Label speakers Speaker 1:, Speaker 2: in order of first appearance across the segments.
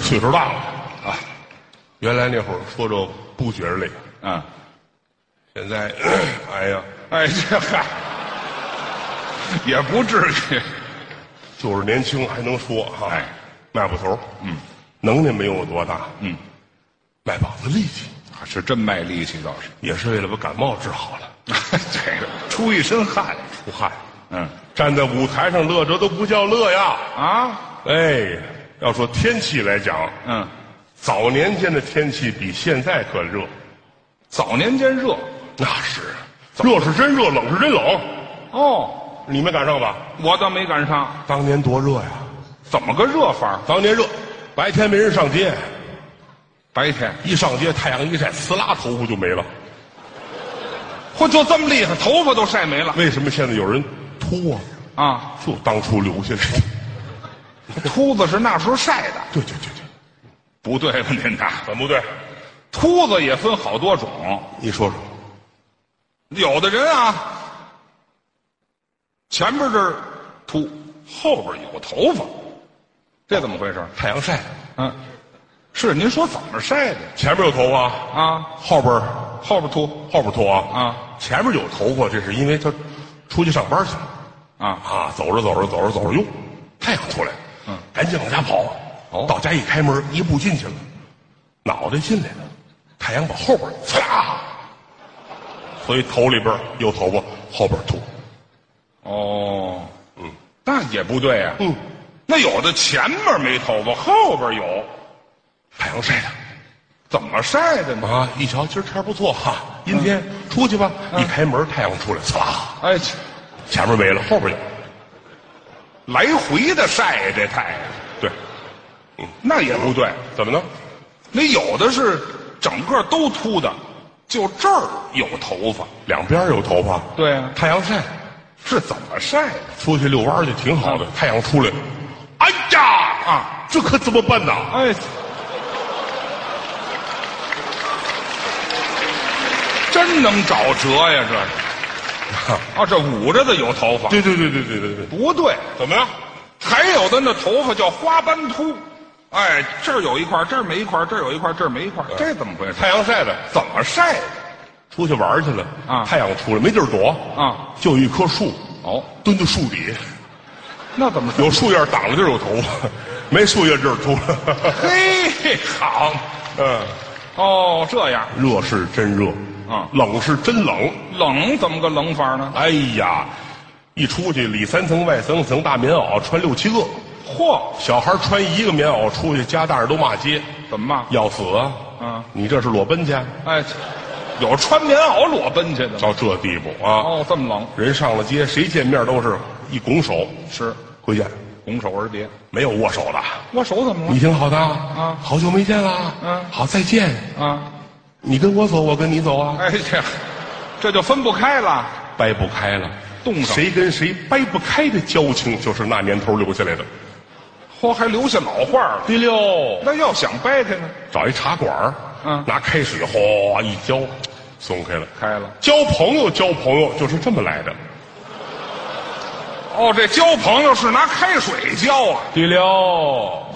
Speaker 1: 岁数大了啊，原来那会儿说着不觉着累，
Speaker 2: 啊，
Speaker 1: 现在，哎呀，
Speaker 2: 哎，这嗨，也不至于。
Speaker 1: 就是年轻还能说哈、
Speaker 2: 哎
Speaker 1: 迈步头，嗯，能耐没有我多大，
Speaker 2: 嗯，
Speaker 1: 卖膀子力气
Speaker 2: 啊是真卖力气倒是。
Speaker 1: 也是为了把感冒治好了，
Speaker 2: 这个出一身汗，
Speaker 1: 出汗，
Speaker 2: 嗯
Speaker 1: 站在舞台上乐，这都不叫乐呀，
Speaker 2: 啊，
Speaker 1: 哎，要说天气来讲，
Speaker 2: 嗯，
Speaker 1: 早年间的天气比现在可热，
Speaker 2: 早年间热，
Speaker 1: 那是啊热是真热，冷是真冷，
Speaker 2: 哦，
Speaker 1: 你没赶上吧？
Speaker 2: 我倒没赶上，
Speaker 1: 当年多热呀！
Speaker 2: 怎么个热法？
Speaker 1: 当年热，白天没人上街，
Speaker 2: 白天，
Speaker 1: 一上街太阳一晒，呲啦头发就没了。
Speaker 2: 嚯，就这么厉害，头发都晒没了
Speaker 1: 为什么现在有人秃啊？
Speaker 2: 啊！
Speaker 1: 就当初留下来。
Speaker 2: 秃子是那时候晒的，
Speaker 1: 对对对对，
Speaker 2: 不对吧您呐？
Speaker 1: 怎么不对？
Speaker 2: 秃子也分好多种，
Speaker 1: 你说说，
Speaker 2: 有的人啊，前边这儿秃，后边有头发，这怎么回事？
Speaker 1: 太阳晒，
Speaker 2: 嗯，是您说怎么晒的
Speaker 1: 前面有头发，
Speaker 2: 啊？
Speaker 1: 后边
Speaker 2: 后边秃
Speaker 1: 后边秃啊
Speaker 2: 啊！
Speaker 1: 前面有头发，这是因为他出去上班去了
Speaker 2: 啊？
Speaker 1: 啊，走着走着走着走着，哟，太阳出来了，嗯，赶紧往家跑。
Speaker 2: 哦
Speaker 1: 到家一开门，一步进去了，脑袋进来了，太阳往后边呲啦，所以头里边有头发，后边秃。
Speaker 2: 哦，嗯，那也不对呀、
Speaker 1: 嗯，
Speaker 2: 那有的前面没头发，后边有，
Speaker 1: 太阳晒的
Speaker 2: 怎么晒的呢？
Speaker 1: 啊！一瞧，今儿天儿不错哈，阴天、出去吧。一开门，太阳出来，呲啦，
Speaker 2: 哎，切
Speaker 1: 前面没了，后边有。
Speaker 2: 来回的晒呀，这太阳，
Speaker 1: 对，
Speaker 2: 那也不对。
Speaker 1: 怎么呢？
Speaker 2: 那有的是整个都秃的，就这儿有头发，
Speaker 1: 两边有头发。
Speaker 2: 对啊
Speaker 1: 太阳晒，
Speaker 2: 是怎么晒的？
Speaker 1: 出去遛弯儿去挺好的。太阳出来，哎呀啊，这可怎么办呐？
Speaker 2: 哎，真能找辙呀，这 是。啊，这捂着的有头发，
Speaker 1: 对对对对对对对，
Speaker 2: 不对。
Speaker 1: 怎么样？
Speaker 2: 还有的那头发叫花斑秃，哎，这儿有一块，这儿没一块，这儿有一块，这儿没一块，这怎么回事？
Speaker 1: 太阳晒的，
Speaker 2: 怎么晒的？
Speaker 1: 出去玩去了
Speaker 2: 啊
Speaker 1: 太阳出来没地儿躲
Speaker 2: 啊，
Speaker 1: 就有一棵树，
Speaker 2: 哦，
Speaker 1: 蹲在树底，
Speaker 2: 那怎么
Speaker 1: 有树叶挡着地儿有头发， 没树叶地儿秃 了。
Speaker 2: 嘿，好，
Speaker 1: 嗯，
Speaker 2: 哦，这样
Speaker 1: 热是真热，
Speaker 2: 啊
Speaker 1: 冷是真冷。
Speaker 2: 冷怎么个冷法呢？
Speaker 1: 哎呀，一出去里三层外三层，大棉袄穿六七个，
Speaker 2: 嚯，
Speaker 1: 小孩穿一个棉袄出去，家大人都骂街，
Speaker 2: 怎么骂？
Speaker 1: 要死啊！
Speaker 2: 嗯
Speaker 1: 你这是裸奔去？
Speaker 2: 哎，有穿棉袄裸奔去的吗？
Speaker 1: 到这地步啊！
Speaker 2: 哦，这么冷，
Speaker 1: 人上了街，谁见面都是一拱手，
Speaker 2: 是
Speaker 1: 回见，
Speaker 2: 拱手而别。
Speaker 1: 没有握手的。
Speaker 2: 我手怎么
Speaker 1: 你
Speaker 2: 了？
Speaker 1: 挺好的啊，好久没见啦，
Speaker 2: 嗯
Speaker 1: 好再见。
Speaker 2: 啊，
Speaker 1: 你跟我走，我跟你走啊，
Speaker 2: 哎这这就分不开了。
Speaker 1: 掰不开了，
Speaker 2: 冻上
Speaker 1: 谁跟谁掰不开的交情，就是那年头留下来的。
Speaker 2: 嚯，还留下老话了。
Speaker 1: 第六，
Speaker 2: 那要想掰开呢？
Speaker 1: 找一茶馆儿
Speaker 2: 嗯
Speaker 1: 拿开水哗一浇，松开了。
Speaker 2: 开了。
Speaker 1: 交朋友，交朋友就是这么来的。
Speaker 2: 哦，这交朋友是拿开水浇啊？
Speaker 1: 第六，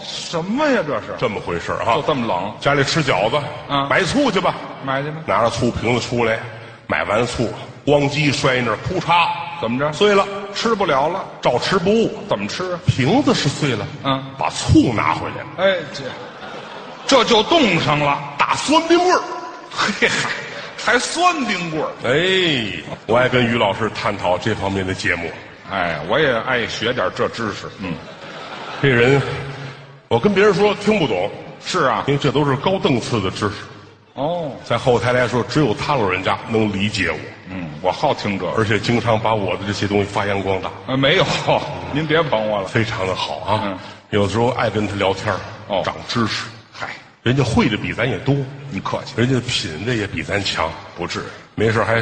Speaker 2: 什么呀？这是
Speaker 1: 这么回事儿
Speaker 2: 就
Speaker 1: 哈。
Speaker 2: 这么冷？
Speaker 1: 家里吃饺子，
Speaker 2: 嗯
Speaker 1: 买醋去吧。
Speaker 2: 买去吧。
Speaker 1: 拿着醋瓶子出来，买完醋，咣叽摔那儿，扑嚓，
Speaker 2: 怎么着？
Speaker 1: 碎了，
Speaker 2: 吃不了了？
Speaker 1: 照吃不误。
Speaker 2: 怎么吃啊？
Speaker 1: 瓶子是碎了，
Speaker 2: 嗯，
Speaker 1: 把醋拿回来了，
Speaker 2: 哎，这这就冻上了。
Speaker 1: 大酸冰味儿。
Speaker 2: 嘿嗨，还酸冰棍儿。
Speaker 1: 哎，我爱跟于老师探讨这方面的节目。
Speaker 2: 哎，我也爱学点这知识。嗯，
Speaker 1: 这人，我跟别人说听不懂，
Speaker 2: 是啊
Speaker 1: 因。为这都是高档次的知识，
Speaker 2: 哦，
Speaker 1: 在后台来说，只有他老人家能理解我，
Speaker 2: 嗯，我好听这个。
Speaker 1: 而且经常把我的这些东西发扬光大，
Speaker 2: 呃，没有，您别捧我了。
Speaker 1: 非常的好啊。
Speaker 2: 嗯
Speaker 1: 有时候爱跟他聊天儿
Speaker 2: 哦
Speaker 1: 长知识，
Speaker 2: 嗨，
Speaker 1: 人家会的比咱也多，
Speaker 2: 你客气，
Speaker 1: 人家的品味也比咱强，
Speaker 2: 不至于
Speaker 1: 没事还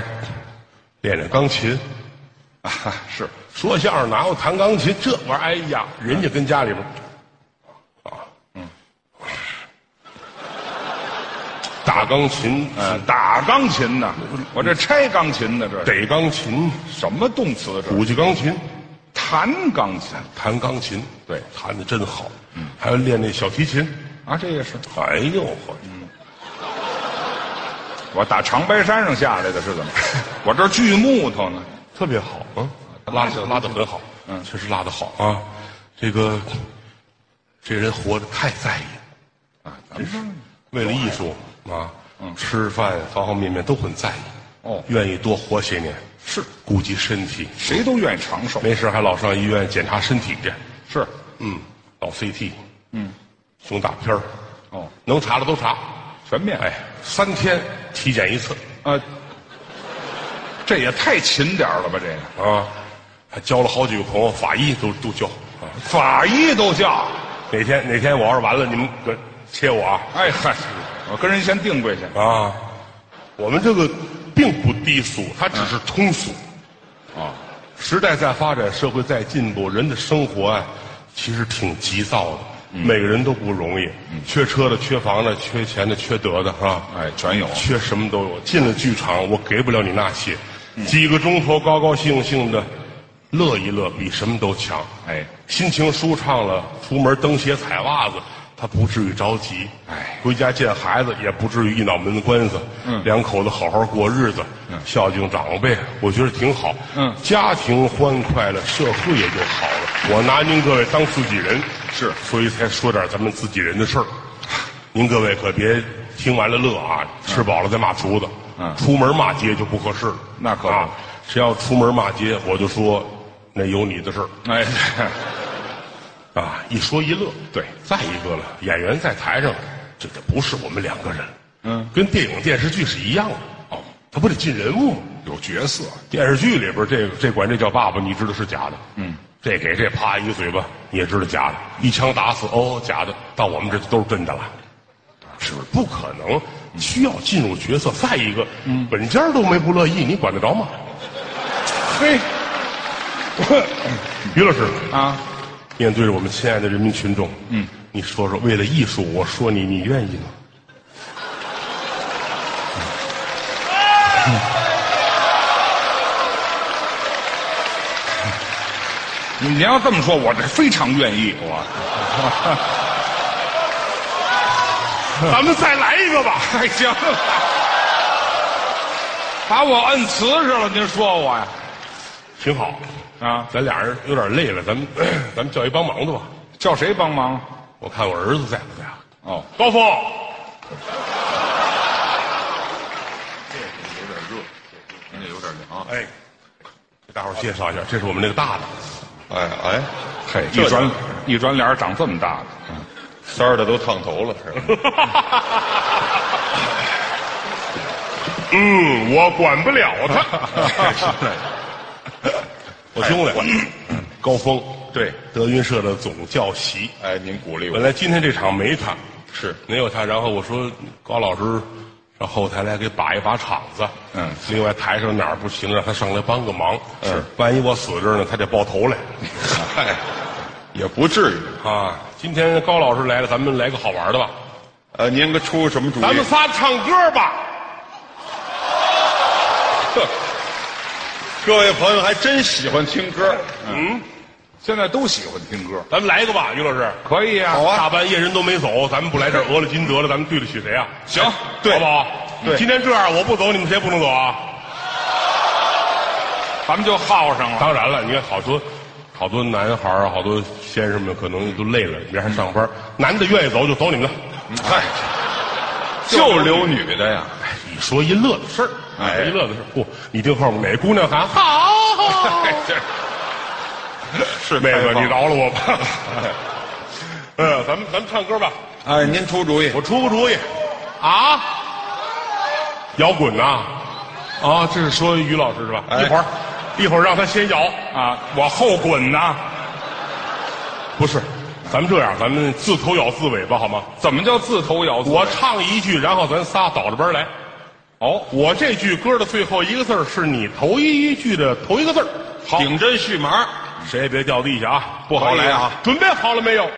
Speaker 1: 练练钢琴。
Speaker 2: 啊。是，
Speaker 1: 说相声哪有弹钢琴这玩意儿？哎呀，人家跟家里边，啊，嗯，打钢琴、
Speaker 2: 呃，打钢琴呢，我这拆钢琴呢，这是
Speaker 1: 逮钢琴、
Speaker 2: 什么动词这是？
Speaker 1: 鼓起钢琴，
Speaker 2: 弹钢琴
Speaker 1: 弹钢琴，
Speaker 2: 对嗯
Speaker 1: 弹的真好。还有练那小提琴，
Speaker 2: 啊，这也是
Speaker 1: 哎呦呵，
Speaker 2: 嗯我打长白山上下来的，是怎么？ 我这儿锯木头呢，
Speaker 1: 特别好啊，
Speaker 2: 嗯
Speaker 1: 拉
Speaker 2: 小
Speaker 1: 的
Speaker 2: 提琴
Speaker 1: 拉的很好，
Speaker 2: 嗯
Speaker 1: 确实拉的好啊。这个这人活着太在意了，
Speaker 2: 啊，咱们
Speaker 1: 为了艺术啊，吃饭方方面面都很在意，
Speaker 2: 嗯哦
Speaker 1: 愿意多活些年，
Speaker 2: 是
Speaker 1: 顾及身体，
Speaker 2: 谁都愿意长寿，
Speaker 1: 没事还老上医院检查身体去，
Speaker 2: 是
Speaker 1: 嗯，老 CT，嗯，胸大片儿，
Speaker 2: 哦，
Speaker 1: 能查的都查，
Speaker 2: 全面
Speaker 1: 哎，三天体检一次
Speaker 2: 啊，这也太勤点儿了吧？这个
Speaker 1: 啊，还交了好几个朋友，法医都都交啊。
Speaker 2: 法医都叫，
Speaker 1: 哪天哪天我要是完了，你们可切我啊
Speaker 2: 哎嗨，我跟人先定规去，
Speaker 1: 啊！我们这个并不低俗，它只是通俗。
Speaker 2: 啊，
Speaker 1: 时代在发展，社会在进步，人的生活啊，其实挺急躁的。每个人都不容易，缺车的、缺房的、缺钱的、缺德的，啊。
Speaker 2: 哎，全有，
Speaker 1: 缺什么都有。进了剧场，我给不了你那些。几个钟头高高兴兴的乐一乐，比什么都强。
Speaker 2: 哎，
Speaker 1: 心情舒畅了，出门蹬鞋踩袜子，他不至于着急。
Speaker 2: 哎
Speaker 1: 回家见孩子也不至于一脑门子官司。
Speaker 2: 嗯
Speaker 1: 两口子好好过日子，孝敬长辈，我觉得挺好。
Speaker 2: 嗯
Speaker 1: 家庭欢快了，社会也就好了。我拿您各位当自己人，
Speaker 2: 是
Speaker 1: 所以才说点咱们自己人的事儿。您各位可别听完了乐啊，吃饱了再骂厨子。
Speaker 2: 嗯
Speaker 1: 出门骂街就不合适了。
Speaker 2: 那可不
Speaker 1: 啊，谁要出门骂街，我就说那有你的事儿
Speaker 2: 哎，
Speaker 1: 啊。一说一乐，
Speaker 2: 对
Speaker 1: 再一个了，演员在台上，这个不是我们两个人，
Speaker 2: 嗯，
Speaker 1: 跟电影电视剧是一样的。哦，他不得进人物吗？
Speaker 2: 有角色，
Speaker 1: 电视剧里边这个这管这叫爸爸，你知道是假的。嗯，这给这啪一个嘴巴，你也知道假的，一枪打死哦假的，到我们这都是真的了，是不是？不可能，需要进入角色。再一个，
Speaker 2: 嗯
Speaker 1: 本家都没不乐意，你管得着吗？
Speaker 2: 嘿，
Speaker 1: 于老师，
Speaker 2: 啊，
Speaker 1: 面对着我们亲爱的人民群众，嗯，你说说，为了艺术，我说你，你愿意吗？
Speaker 2: 你要这么说，我这非常愿意，我，
Speaker 1: 咱们再来一个吧。
Speaker 2: 哎，行了，把我摁瓷实了，您说我呀？
Speaker 1: 挺好，
Speaker 2: 啊，
Speaker 1: 咱俩人有点累了，咱们 咱们叫一帮忙的吧。
Speaker 2: 叫谁帮忙？
Speaker 1: 我看我儿子在不在啊？
Speaker 2: 哦，
Speaker 1: 高峰，
Speaker 2: 您这有点凉。
Speaker 1: 哎，给大伙儿介绍一下，这是我们那个大的，
Speaker 3: 哎哎，
Speaker 2: 嘿，
Speaker 3: 这
Speaker 2: 一转一转脸长这么大了，
Speaker 3: 三儿的都烫头了，是吧？
Speaker 1: 嗯，我管不了 他，哎我兄弟，高峰，
Speaker 3: 对，
Speaker 1: 德云社的总教习。
Speaker 3: 哎，您鼓励
Speaker 1: 本
Speaker 3: 我，
Speaker 1: 来今天这场没他，
Speaker 3: 是
Speaker 1: 没有他，然后我说高老师上后台来给把一把场子，
Speaker 2: 嗯，
Speaker 1: 另外台上哪儿不行，让他上来帮个忙，
Speaker 3: 是
Speaker 1: 嗯，万一我死这儿呢，他得抱头来
Speaker 3: 嗨，也不至于。
Speaker 1: 啊。今天高老师来了，咱们来个好玩的吧，
Speaker 3: 呃，您给出什么主意？
Speaker 1: 咱们仨唱歌吧，
Speaker 3: 各位朋友还真喜欢听歌，
Speaker 1: 嗯
Speaker 2: 现在都喜欢听歌，
Speaker 1: 咱们来一个吧，于老师。
Speaker 2: 可以呀、
Speaker 3: 好啊
Speaker 1: 大半夜人都没走，咱们不来这儿讹了金得了，咱们对得起谁啊？
Speaker 2: 行
Speaker 3: 哎对
Speaker 1: 好不好？
Speaker 3: 对
Speaker 1: 今天这样，我不走，你们谁也不能走啊？
Speaker 2: 咱们就耗上了。
Speaker 1: 当然了，你看好多好多男孩儿，好多先生们可能都累了，明儿还上班儿。男的愿意走就走你们的，
Speaker 3: 嗯嗨，就留女 的呀。
Speaker 1: 哎一说一乐的事儿，
Speaker 3: 哎
Speaker 1: 一乐的事儿。不，你听后面哪姑娘喊好，
Speaker 2: 哎这
Speaker 3: 是
Speaker 1: 妹
Speaker 3: 开
Speaker 1: 子
Speaker 3: 放
Speaker 1: 你饶了我吧。 嗯，咱们咱们唱歌吧，
Speaker 3: 哎，您出主意。
Speaker 1: 我出个主意啊，摇滚呐、啊，这是说于老师是吧？
Speaker 3: 哎
Speaker 1: 一会儿一会儿让他先摇，
Speaker 2: 啊，我后滚呐！
Speaker 1: 不是，咱们这样，咱们自头咬自尾吧，好吗？
Speaker 2: 怎么叫自投咬
Speaker 1: 我
Speaker 2: 左？
Speaker 1: 唱一句，然后咱仨倒着班来。
Speaker 2: 哦，
Speaker 1: 我这句歌的最后一个字儿是你头一句的头一个字儿。好，
Speaker 3: 顶针续麻。
Speaker 1: 谁也别掉地下啊，不
Speaker 3: 好来啊
Speaker 1: 准备好了没有？